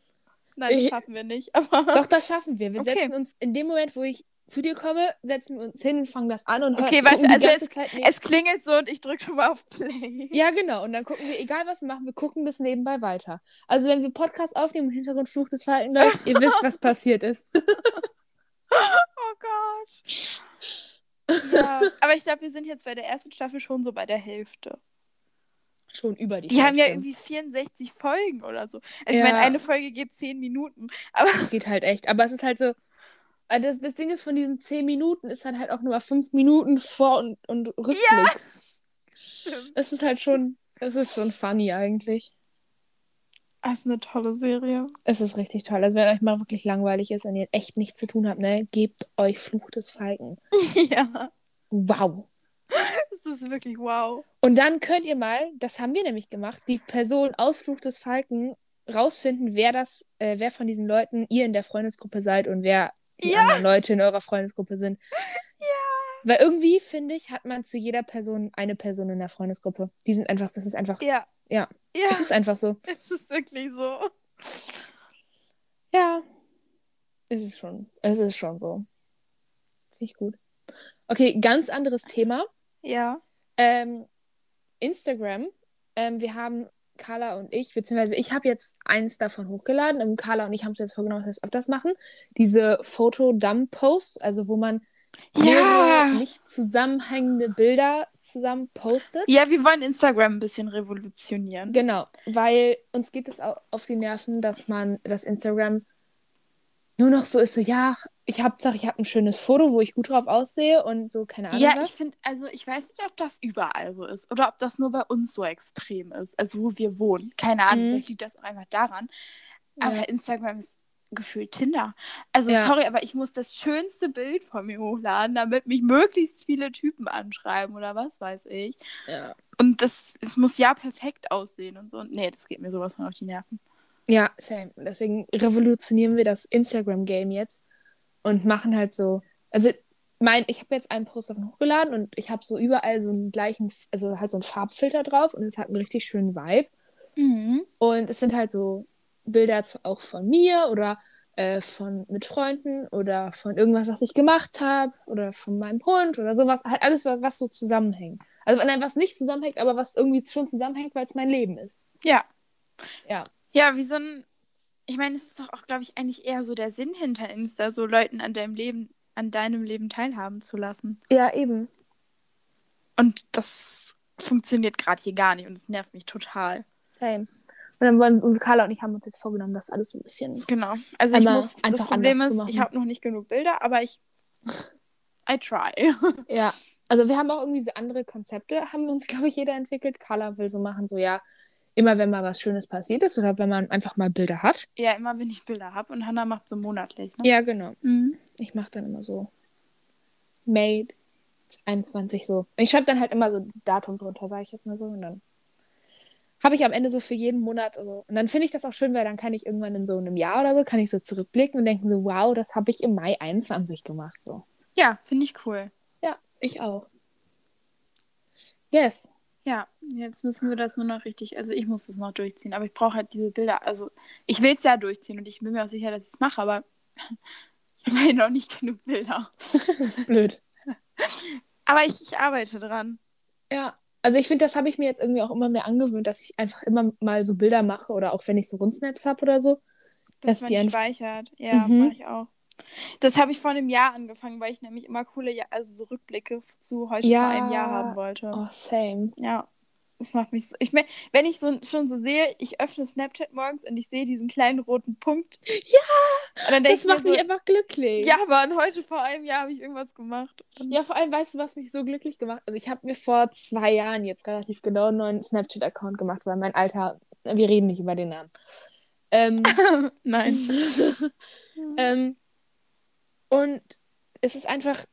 S2: Nein, das
S1: Ich-
S2: schaffen wir nicht. Aber
S1: Doch, das schaffen wir. Wir
S2: Okay.
S1: setzen uns in dem Moment, wo ich zu dir komme, setzen wir uns hin, fangen das an und hören
S2: Okay,
S1: gucken
S2: warte,
S1: die
S2: also
S1: ganze Zeit neben-
S2: es klingelt so und ich drücke schon mal auf Play.
S1: Ja, genau. Und dann gucken wir, egal was wir machen, wir gucken das nebenbei weiter. Also wenn wir Podcast aufnehmen und im Hintergrund Fluch des Falken läuft, ihr wisst, was passiert ist.
S2: Oh Gott. Ja, aber ich glaube, wir sind jetzt bei der ersten Staffel schon so bei der Hälfte.
S1: Schon über die
S2: Die haben ja
S1: Hälfte.
S2: irgendwie 64 Folgen oder so. Also ich
S1: Ja.
S2: meine, eine Folge geht 10 Minuten. Aber
S1: Es geht halt echt. Aber es ist halt so. äh, Das, das Ding ist, von diesen zehn Minuten ist dann halt auch nur mal fünf Minuten vor und, und Rückblick. Es ist halt schon. Es ist schon funny eigentlich.
S2: das ist eine tolle Serie.
S1: Es ist richtig toll. Also, wenn euch mal wirklich langweilig ist und ihr echt nichts zu tun habt, ne, gebt euch Fluch des Falken.
S2: ja,
S1: Wow.
S2: das ist wirklich wow.
S1: Und dann könnt ihr mal, das haben wir nämlich gemacht, die Person aus Fluch des Falken rausfinden, wer das, äh, wer von diesen Leuten ihr in der Freundesgruppe seid und wer die
S2: Ja.
S1: anderen Leute in eurer Freundesgruppe sind. Ja. Weil irgendwie, finde ich, hat man zu jeder Person eine Person in der Freundesgruppe. Die sind einfach, das ist einfach,
S2: Ja.
S1: Ja.
S2: Ja,
S1: es ist einfach so.
S2: es ist wirklich so.
S1: Ja. Es ist schon, es ist schon so. Finde ich gut. Okay, ganz anderes Thema.
S2: Ja.
S1: Ähm, Instagram. Ähm, wir haben Carla und ich, beziehungsweise ich habe jetzt eins davon hochgeladen. Ähm, Carla und ich haben es jetzt vorgenommen, dass wir es öfters machen. Diese Foto-Dump-Posts, also wo man mehrere
S2: Ja.
S1: nicht zusammenhängende Bilder zusammen postet.
S2: Ja, wir wollen Instagram ein bisschen revolutionieren.
S1: Genau, weil uns geht es au- auf die Nerven, dass man das Instagram nur noch so ist, so ja, ich habe ich hab ein schönes Foto, wo ich gut drauf aussehe und so, keine Ahnung
S2: Ja, ich
S1: was.
S2: finde, also ich weiß nicht, ob das überall so ist oder ob das nur bei uns so extrem ist, also wo wir wohnen. Keine Ahnung,
S1: Mhm.
S2: vielleicht liegt das auch einfach daran. Aber
S1: Ja.
S2: Instagram ist gefühlt Tinder. Also
S1: Ja.
S2: sorry, aber ich muss das schönste Bild von mir hochladen, damit mich möglichst viele Typen anschreiben oder was weiß ich.
S1: Ja.
S2: Und das, es muss ja perfekt aussehen und so. Und nee, das geht mir sowas von auf die Nerven.
S1: Ja, same. Deswegen revolutionieren wir das Instagram-Game jetzt und machen halt so. Also, mein, ich habe jetzt einen Post davon hochgeladen und ich habe so überall so einen gleichen, also halt so einen Farbfilter drauf und es hat einen richtig schönen Vibe. Und es sind halt so Bilder z- auch von mir oder äh, von mit Freunden oder von irgendwas, was ich gemacht habe oder von meinem Hund oder sowas. Halt alles, wa- was so zusammenhängt. Also wenn etwas nicht zusammenhängt, aber was irgendwie schon zusammenhängt, weil es mein Leben ist.
S2: Ja.
S1: Ja.
S2: Ja, wie so ein. Ich meine, es ist doch auch, glaube ich, eigentlich eher so der Sinn hinter Insta, so Leuten an deinem Leben, an deinem Leben teilhaben zu lassen.
S1: Ja, eben.
S2: Und das funktioniert gerade hier gar nicht und es nervt mich total.
S1: Same. Und dann wollen und Carla und ich haben uns jetzt vorgenommen, das alles so ein bisschen.
S2: Genau. Also ich
S1: Einmal
S2: muss, das
S1: einfach
S2: Problem
S1: anders zu
S2: ist,
S1: machen.
S2: ich habe noch nicht genug Bilder, aber ich. I try.
S1: Ja. Also wir haben auch irgendwie so andere Konzepte, haben uns, glaube ich, jeder entwickelt. Carla will so machen, so ja, immer wenn mal was Schönes passiert ist oder wenn man einfach mal Bilder hat.
S2: ja, immer wenn ich Bilder habe und Hannah macht so monatlich, ne?
S1: Ja, genau.
S2: Mhm.
S1: Ich mache dann immer so Made 21 so. Ich schreibe dann halt immer so ein Datum drunter, sage ich jetzt mal so. Und dann habe ich am Ende so für jeden Monat. Also, und dann finde ich das auch schön, weil dann kann ich irgendwann in so einem Jahr oder so, kann ich so zurückblicken und denken so, wow, das habe ich im Mai 21 gemacht. So.
S2: Ja, finde ich cool.
S1: Ja, ich auch. Yes.
S2: Ja, jetzt müssen wir das nur noch richtig, also ich muss das noch durchziehen, aber ich brauche halt diese Bilder, also ich will es ja durchziehen und ich bin mir auch sicher, dass ich es mache, aber ich habe halt noch nicht genug Bilder.
S1: Das ist blöd.
S2: Aber ich, ich arbeite dran.
S1: Ja. Also ich finde, das habe ich mir jetzt irgendwie auch immer mehr angewöhnt, dass ich einfach immer mal so Bilder mache oder auch wenn ich so Rundsnaps habe oder so. Dass
S2: Dass man
S1: die
S2: die
S1: ein-
S2: speichert. Ja,
S1: Mhm.
S2: mache ich auch. Das habe ich vor einem Jahr angefangen, weil ich nämlich immer coole, Ja- also so Rückblicke zu heute
S1: Ja.
S2: vor einem Jahr haben wollte.
S1: Oh, same.
S2: Ja. Das macht mich so. Ich mein, wenn ich so schon so sehe, ich öffne Snapchat morgens und ich sehe diesen kleinen roten Punkt. Ja! Und dann denke
S1: Das
S2: ich mir
S1: macht
S2: so,
S1: mich einfach glücklich.
S2: Ja, Mann, heute vor einem Jahr habe ich irgendwas gemacht. Und
S1: Ja, vor allem, weißt du, was mich so glücklich gemacht hat? Also ich habe mir vor zwei Jahren jetzt relativ genau einen neuen Snapchat-Account gemacht, weil mein Alter, wir reden nicht über den Namen. Ähm,
S2: Nein.
S1: ähm, und es ist einfach,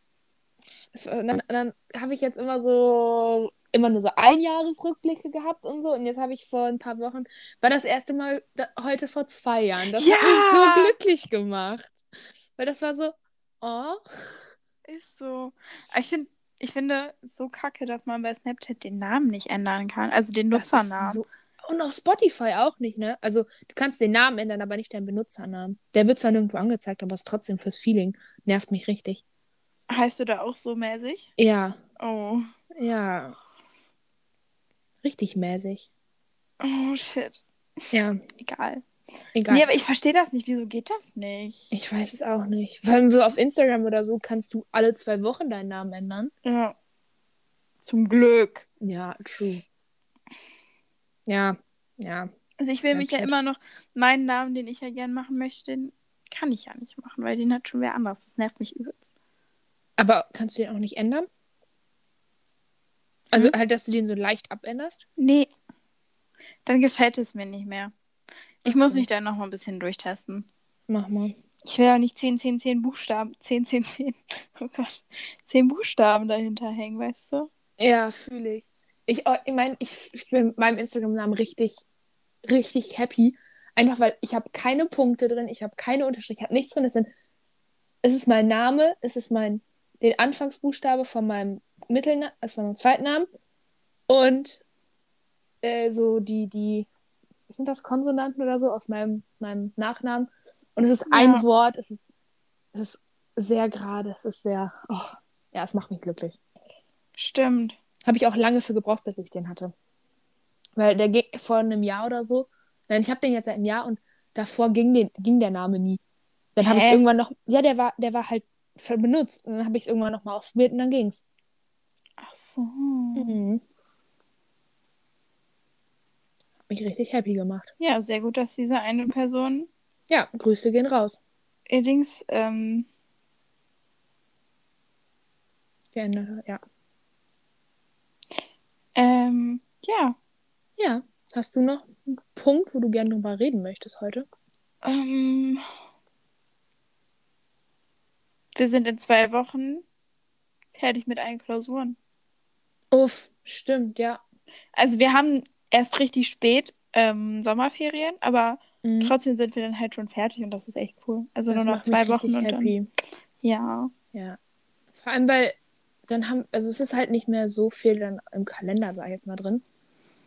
S1: es war, dann, dann habe ich jetzt immer so, immer nur so Einjahresrückblicke gehabt und so. Und jetzt habe ich vor ein paar Wochen, war das erste Mal da, heute vor zwei Jahren. Das
S2: Ja!
S1: hat mich so glücklich gemacht. Weil das war so, oh,
S2: Ist so. Aber Ich, find, ich finde so kacke, dass man bei Snapchat den Namen nicht ändern kann. Also den
S1: Das ist
S2: Nutzernamen.
S1: So... Und auf Spotify auch nicht, ne? Also, du kannst den Namen ändern, aber nicht deinen Benutzernamen. Der wird zwar nirgendwo angezeigt, aber ist trotzdem fürs Feeling. Nervt mich richtig.
S2: Heißt du da auch so mäßig?
S1: Ja,
S2: Oh.
S1: ja. Richtig mäßig.
S2: Oh, shit.
S1: Ja,
S2: Egal.
S1: egal.
S2: Nee, aber ich verstehe das nicht. Wieso geht das nicht?
S1: ich weiß es auch nicht. Vor allem so auf Instagram oder so kannst du alle zwei Wochen deinen Namen ändern.
S2: Ja. Zum Glück.
S1: Ja, true. Ja, ja.
S2: Also ich will
S1: Ja,
S2: mich ja
S1: shit.
S2: immer noch, meinen Namen, den ich ja gern machen möchte, den kann ich ja nicht machen, weil den hat schon wer anders. Das nervt mich übelst.
S1: Aber kannst du den auch nicht ändern? Also halt, dass du den so leicht abänderst?
S2: Nee. Dann gefällt es mir nicht mehr. Ich
S1: Ach
S2: muss
S1: so.
S2: mich da noch mal ein bisschen durchtesten.
S1: Mach mal.
S2: Ich will ja nicht 10, 10, 10 Buchstaben, 10, 10, 10, oh Gott, 10 Buchstaben dahinter hängen, weißt du?
S1: Ja, fühle ich. Ich, oh, ich meine, ich, ich bin mit meinem Instagram-Namen richtig, richtig happy. Einfach weil ich habe keine Punkte drin, ich habe keine Unterstriche, ich habe nichts drin. Es, sind, es ist mein Name, es ist mein den Anfangsbuchstabe von meinem Mittelnamen, also von meinem zweiten Namen. Und äh, so die, die, was sind das Konsonanten oder so aus meinem, aus meinem Nachnamen? Und es ist
S2: Ja.
S1: ein Wort, es ist, es ist sehr gerade, es ist sehr, oh, ja, es macht mich glücklich.
S2: Stimmt.
S1: Habe ich auch lange für gebraucht, bis ich den hatte. Weil der ging vor einem Jahr oder so. Nein, ich habe den jetzt seit einem Jahr und davor ging, den, ging der Name nie. Dann habe ich
S2: Hä?
S1: irgendwann noch. Ja, der war, der war halt ver- benutzt. Und dann habe ich irgendwann noch mal ausprobiert und dann ging's.
S2: Ach so.
S1: Mhm. Hat mich richtig happy gemacht.
S2: Ja, sehr gut, dass diese eine Person
S1: Ja, Grüße gehen raus.
S2: ihr Dings, ähm,
S1: Geändert hat, ja.
S2: ähm, ja,
S1: Ja. Hast du noch einen Punkt, wo du gerne drüber reden möchtest heute?
S2: ähm, wir sind in zwei Wochen fertig mit allen Klausuren.
S1: Uff, stimmt, ja.
S2: Also wir haben erst richtig spät ähm, Sommerferien, aber
S1: Mhm.
S2: Trotzdem sind wir dann halt schon fertig und das ist echt cool. Also
S1: Das
S2: nur noch
S1: macht mich
S2: zwei Wochen
S1: richtig
S2: und dann.
S1: happy.
S2: Ja.
S1: Ja. Vor allem, weil dann haben, also es ist halt nicht mehr so viel dann im Kalender, sag ich jetzt mal drin.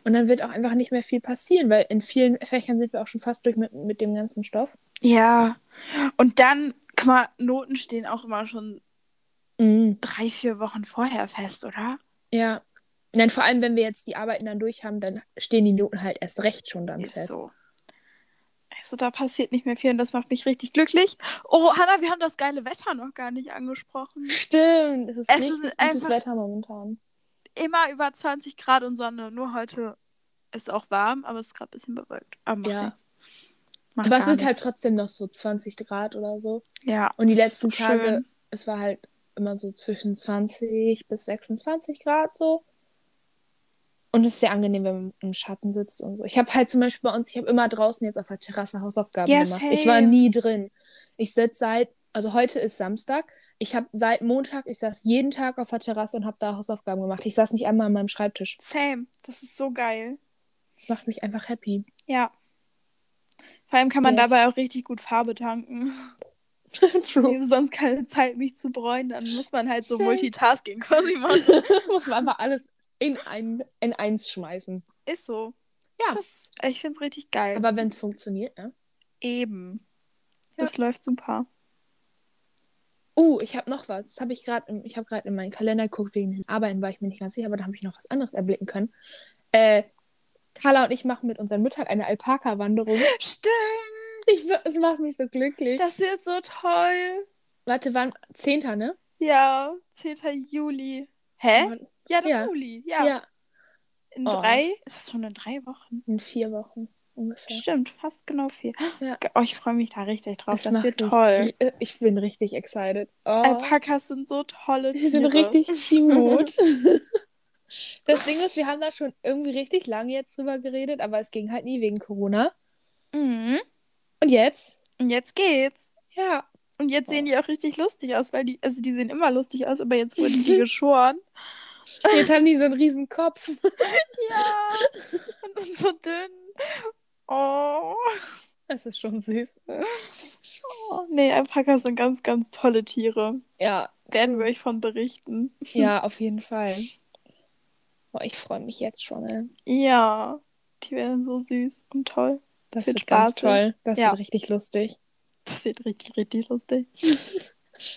S1: Und dann wird auch einfach nicht mehr viel passieren, weil in vielen Fächern sind wir auch schon fast durch mit, mit dem ganzen Stoff.
S2: Ja. Und dann, guck mal, Noten stehen Mhm. auch immer schon drei, vier Wochen vorher fest, oder?
S1: Ja. Nein, vor allem, wenn wir jetzt die Arbeiten dann durch haben, dann stehen die Noten halt erst recht schon dann
S2: Ist
S1: fest.
S2: so. Also da passiert nicht mehr viel und das macht mich richtig glücklich. Oh, Hanna, wir haben das geile Wetter noch gar nicht angesprochen.
S1: Stimmt, es ist
S2: Es
S1: richtig
S2: ist
S1: gutes
S2: einfach-
S1: Wetter momentan.
S2: Immer über 20 Grad und Sonne. Nur heute ist auch warm, aber es ist gerade ein bisschen bewölkt. Aber macht
S1: Ja.
S2: nichts. Macht
S1: Aber es
S2: gar
S1: ist halt
S2: nichts.
S1: trotzdem noch so 20 Grad oder so.
S2: Ja,
S1: Und die
S2: es ist
S1: letzten
S2: so
S1: Tage,
S2: schön.
S1: es war halt immer so zwischen 20 bis 26 Grad so. Und es ist sehr angenehm, wenn man im Schatten sitzt und so. Ich habe halt zum Beispiel bei uns, ich habe immer draußen jetzt auf der Terrasse Hausaufgaben
S2: Ja,
S1: gemacht. Ich war
S2: same.
S1: nie drin. Ich sitze seit, also heute ist Samstag. Ich habe seit Montag, ich saß jeden Tag auf der Terrasse und habe da Hausaufgaben gemacht. Ich saß nicht einmal an meinem Schreibtisch.
S2: Same. Das ist so geil.
S1: Das macht mich einfach happy.
S2: Ja. Vor allem kann man
S1: Yes.
S2: dabei auch richtig gut Farbe tanken. Ich
S1: True.
S2: habe sonst keine Zeit, mich zu bräunen. Dann muss man halt so
S1: Same.
S2: Multitasking quasi machen.
S1: Muss man einfach alles in, ein, in eins schmeißen.
S2: Ist so.
S1: Ja.
S2: Das, ich finde es richtig geil.
S1: Aber wenn es funktioniert, ne?
S2: eben.
S1: Ja.
S2: Das läuft super.
S1: Oh, ich habe noch was. Das habe ich gerade, ich habe gerade in meinen Kalender geguckt wegen den Arbeiten, war ich mir nicht ganz sicher, aber da habe ich noch was anderes erblicken können. Äh, Carla und ich machen mit unseren Müttern eine Alpaka-Wanderung.
S2: Stimmt.
S1: Ich w- Es macht mich so glücklich.
S2: Das wird so toll.
S1: Warte, wann? Zehnter, ne?
S2: Ja, 10. Juli. Hä? Ja, der
S1: Ja.
S2: Juli.
S1: Ja.
S2: Ja. In
S1: Oh.
S2: drei. Ist das schon in drei Wochen?
S1: in vier Wochen ungefähr.
S2: Stimmt, fast genau vier.
S1: Ja.
S2: Oh, ich freue mich da richtig drauf.
S1: Es
S2: Das,
S1: macht
S2: wird
S1: mich-
S2: toll.
S1: Ich, äh, ich bin richtig excited. Oh,
S2: Alpakas sind so tolle Tiere.
S1: die sind richtig cute. das Ding ist, wir haben da schon irgendwie richtig lange jetzt drüber geredet, aber es ging halt nie wegen Corona.
S2: Mhm.
S1: Und jetzt?
S2: Und jetzt geht's.
S1: Ja,
S2: Und jetzt
S1: Oh.
S2: sehen die auch richtig lustig aus, weil die, also die sehen immer lustig aus, aber jetzt wurden die geschoren.
S1: Jetzt haben die so einen riesen Kopf.
S2: Ja. Und sind so dünn. Oh.
S1: Das ist schon süß.
S2: oh. Nee, Alpakas sind ganz, ganz tolle Tiere.
S1: Ja,
S2: Werden wir euch von berichten.
S1: ja, auf jeden Fall. Boah, ich freue mich jetzt schon. Ey.
S2: Ja. Die werden so süß und toll.
S1: Das,
S2: wird
S1: wird, ganz
S2: Spaß, ne?
S1: toll. Das
S2: Ja.
S1: wird richtig lustig.
S2: Das wird richtig, richtig lustig.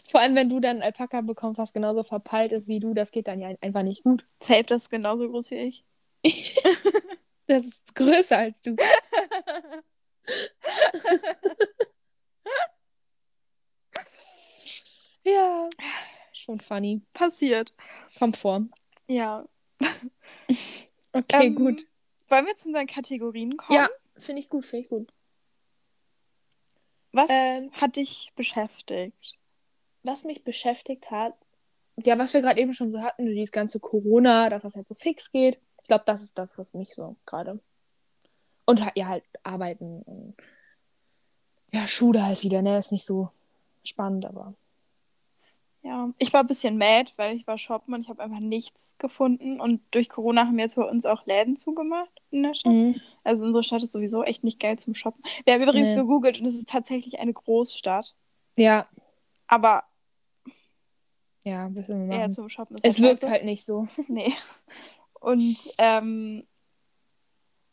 S1: Vor allem, wenn du dann einen Alpaka bekommst, was genauso verpeilt ist wie du, das geht dann ja einfach nicht gut.
S2: Safe, das ist genauso groß wie ich.
S1: Das ist größer als du. ja. Schon funny.
S2: Passiert.
S1: Kommt vor.
S2: Ja.
S1: Okay,
S2: Ähm,
S1: gut.
S2: Wollen wir zu unseren Kategorien kommen?
S1: Ja, finde ich gut, finde ich gut.
S2: Was
S1: Ähm,
S2: hat dich beschäftigt?
S1: was mich beschäftigt hat, ja, was wir gerade eben schon so hatten, dieses ganze Corona, dass das halt so fix geht. Ich glaube, das ist das, was mich so gerade. Und halt, ja, halt arbeiten. Und ja, Schule halt wieder, ne? Ist nicht so spannend, aber.
S2: Ja, ich war ein bisschen mad, weil ich war shoppen und ich habe einfach nichts gefunden. Und durch Corona haben jetzt bei uns auch Läden zugemacht in der
S1: Mhm.
S2: Stadt. Also unsere Stadt ist sowieso echt nicht geil zum Shoppen. Wir haben übrigens
S1: Nee.
S2: gegoogelt und es ist tatsächlich eine Großstadt.
S1: Ja,
S2: Aber
S1: ja, wissen wir
S2: eher
S1: machen.
S2: zum Shoppen ist
S1: Es
S2: das
S1: wirkt
S2: Scheiße.
S1: halt nicht so.
S2: Nee. Und ähm,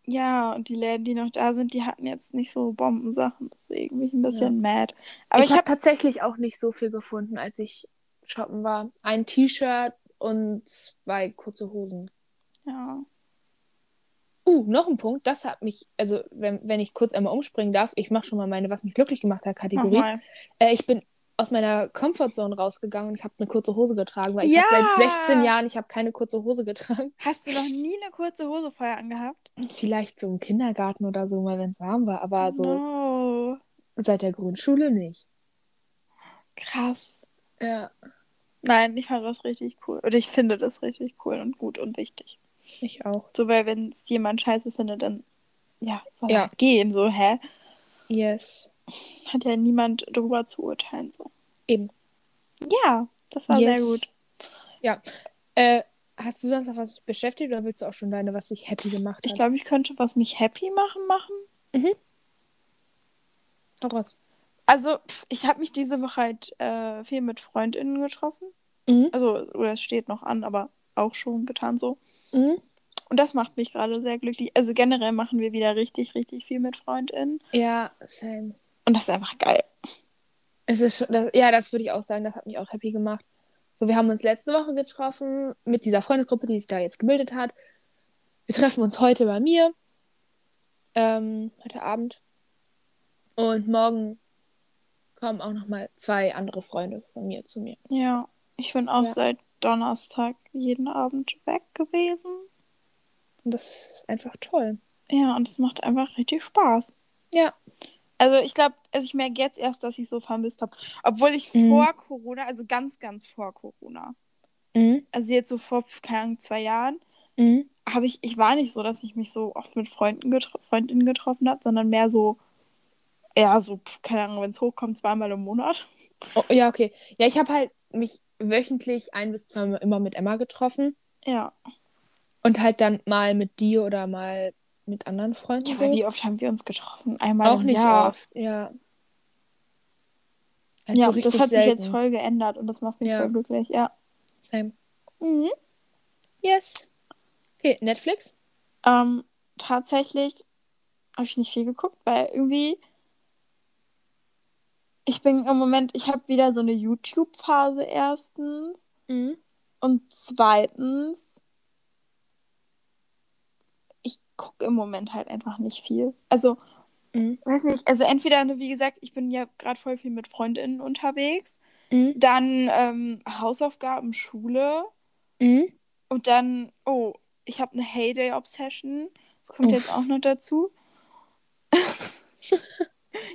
S2: ja, und die Läden, die noch da sind, die hatten jetzt nicht so Bombensachen. Deswegen bin ich ein bisschen mad. Aber ich
S1: hab
S2: habe
S1: tatsächlich auch nicht so viel gefunden, als ich shoppen war. Ein T-Shirt und zwei kurze Hosen.
S2: ja,
S1: Uh, noch ein Punkt, das hat mich, also wenn, wenn ich kurz einmal umspringen darf, ich mache schon mal meine, was mich glücklich gemacht hat, Kategorie.
S2: nochmal.
S1: Äh, ich bin aus meiner Comfortzone rausgegangen und ich habe eine kurze Hose getragen, weil ich
S2: Ja!
S1: habe seit 16 Jahren, ich habe keine kurze Hose getragen.
S2: Hast du noch nie eine kurze Hose vorher angehabt?
S1: Vielleicht so im Kindergarten oder so, mal wenn es warm war, aber
S2: Mhm.
S1: so
S2: No.
S1: seit der Grundschule nicht.
S2: Krass.
S1: Ja,
S2: Nein, ich fand das richtig cool. Oder ich finde das richtig cool und gut und wichtig.
S1: ich auch.
S2: So, weil wenn es jemand scheiße findet, dann ja, soll
S1: Ja.
S2: ja. gehen. So, hä?
S1: Yes.
S2: Hat ja niemand drüber zu urteilen. So.
S1: Eben.
S2: Ja, das war sehr gut.
S1: Ja. Äh, hast du sonst noch was dich beschäftigt oder willst du auch schon deine, was dich happy gemacht
S2: Ich
S1: hat?
S2: glaube, ich könnte was mich happy machen machen.
S1: Noch was.
S2: Also, pf, ich habe mich diese Woche halt äh, viel mit FreundInnen getroffen.
S1: Mhm.
S2: Also, oder es steht noch an, aber auch schon getan so.
S1: Mhm.
S2: Und das macht mich gerade sehr glücklich. Also generell machen wir wieder richtig, richtig viel mit FreundInnen.
S1: Ja, same.
S2: Und das ist einfach geil.
S1: Es ist schon, das, ja, das würde ich auch sagen, das hat mich auch happy gemacht. So, wir haben uns letzte Woche getroffen mit dieser Freundesgruppe, die sich da jetzt gebildet hat. Wir treffen uns heute bei mir. Ähm, heute Abend. Und morgen kommen auch nochmal zwei andere Freunde von mir zu mir.
S2: Ja, ich bin auch
S1: Ja.
S2: seit Donnerstag jeden Abend weg gewesen.
S1: Und das ist einfach toll.
S2: Ja, und es macht einfach richtig Spaß.
S1: Ja.
S2: Also ich glaube, also ich merke jetzt erst, dass ich so vermisst habe. Obwohl ich
S1: Mhm.
S2: vor Corona, also ganz, ganz vor Corona,
S1: Mhm.
S2: also jetzt so vor, keine Ahnung, zwei Jahren,
S1: Mhm.
S2: habe ich, ich war nicht so, dass ich mich so oft mit Freunden getro Freundinnen getroffen habe, sondern mehr so, ja, so, pf, keine Ahnung, wenn es hochkommt, zweimal im Monat.
S1: Oh, ja, okay. Ja, ich habe halt mich wöchentlich ein bis zweimal immer mit Emma getroffen.
S2: Ja.
S1: Und halt dann mal mit dir oder mal mit anderen Freunden.
S2: ja
S1: so.
S2: aber wie oft haben wir uns getroffen? Einmal
S1: Also Auch
S2: im
S1: nicht
S2: Jahr.
S1: oft, ja. Halt
S2: Ja,
S1: so
S2: das
S1: richtig
S2: hat
S1: selten.
S2: sich jetzt voll geändert und das macht mich
S1: Ja.
S2: voll glücklich, ja.
S1: Same.
S2: Mhm.
S1: Yes. Okay, Netflix?
S2: Ähm, tatsächlich habe ich nicht viel geguckt, weil irgendwie ich bin im Moment, ich habe wieder so eine YouTube-Phase erstens
S1: Mhm.
S2: und zweitens ich gucke im Moment halt einfach nicht viel. Also,
S1: Mhm.
S2: weiß nicht, also entweder, ne, wie gesagt, ich bin ja gerade voll viel mit Freundinnen unterwegs,
S1: Mhm.
S2: dann ähm, Hausaufgaben, Schule
S1: Mhm.
S2: und dann, oh, ich habe eine Heyday-Obsession, das kommt
S1: Uff.
S2: jetzt auch noch dazu.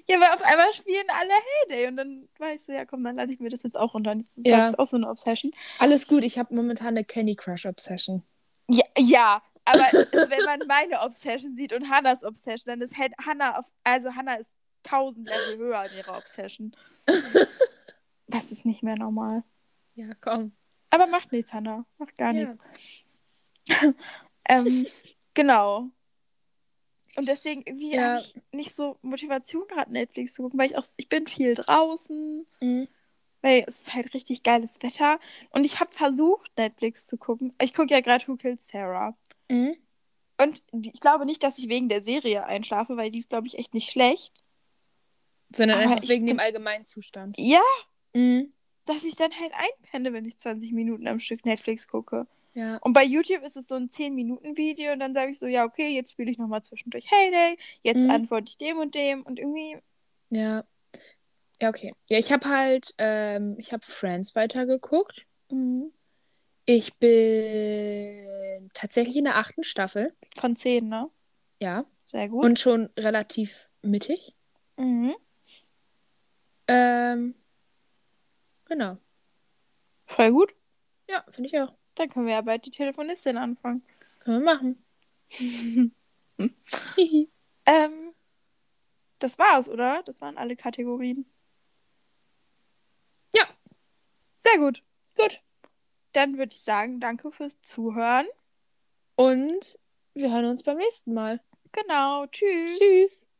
S2: Ja, weil auf einmal spielen alle Heyday und dann weißt du, ja komm, dann lade ich mir das jetzt auch runter. Und Jetzt
S1: Ja.
S2: ja. ist auch so eine Obsession.
S1: Alles gut, ich habe momentan eine Candy Crush Obsession.
S2: Ja, ja aber es- wenn man meine Obsession sieht und Hannas Obsession, dann ist Hen- Hannah auf, also Hannah ist tausend Level höher in ihrer Obsession. Das ist nicht mehr normal.
S1: Ja, komm.
S2: Aber macht nichts, Hannah. Macht gar
S1: Ja.
S2: nichts. Ähm, genau. Und deswegen irgendwie
S1: Ja.
S2: habe ich nicht so Motivation gerade Netflix zu gucken, weil ich auch, ich bin viel draußen.
S1: Mhm.
S2: Weil es ist halt richtig geiles Wetter. Und ich habe versucht, Netflix zu gucken. Ich gucke ja gerade Who Killed Sarah.
S1: Mhm.
S2: Und die- ich glaube nicht, dass ich wegen der Serie einschlafe, weil die ist, glaube ich, echt nicht schlecht.
S1: Sondern
S2: Aber
S1: einfach
S2: ich
S1: wegen
S2: bin-
S1: dem allgemeinen Zustand.
S2: Ja,
S1: Mhm.
S2: dass ich dann halt einpenne, wenn ich 20 Minuten am Stück Netflix gucke.
S1: Ja.
S2: Und bei YouTube ist es so ein 10-Minuten-Video und dann sage ich so, ja, okay, jetzt spiele ich nochmal zwischendurch Heyday, jetzt
S1: Mhm.
S2: antworte ich dem und dem und irgendwie,
S1: Ja. Ja, okay. Ja, ich habe halt, ähm, ich habe Friends weitergeguckt.
S2: mhm,
S1: Ich bin tatsächlich in der achten Staffel.
S2: von 10, ne?
S1: Ja.
S2: Sehr gut.
S1: Und schon relativ mittig.
S2: mhm.
S1: Ähm, genau.
S2: Voll gut.
S1: Ja, finde ich auch.
S2: Dann können wir ja bald die Telefonistin anfangen.
S1: Können wir machen.
S2: Ähm, das war's, oder? Das waren alle Kategorien.
S1: Ja.
S2: Sehr gut.
S1: Gut.
S2: Dann würde ich sagen, danke fürs Zuhören.
S1: Und wir hören uns beim nächsten Mal.
S2: Genau. Tschüss.
S1: Tschüss.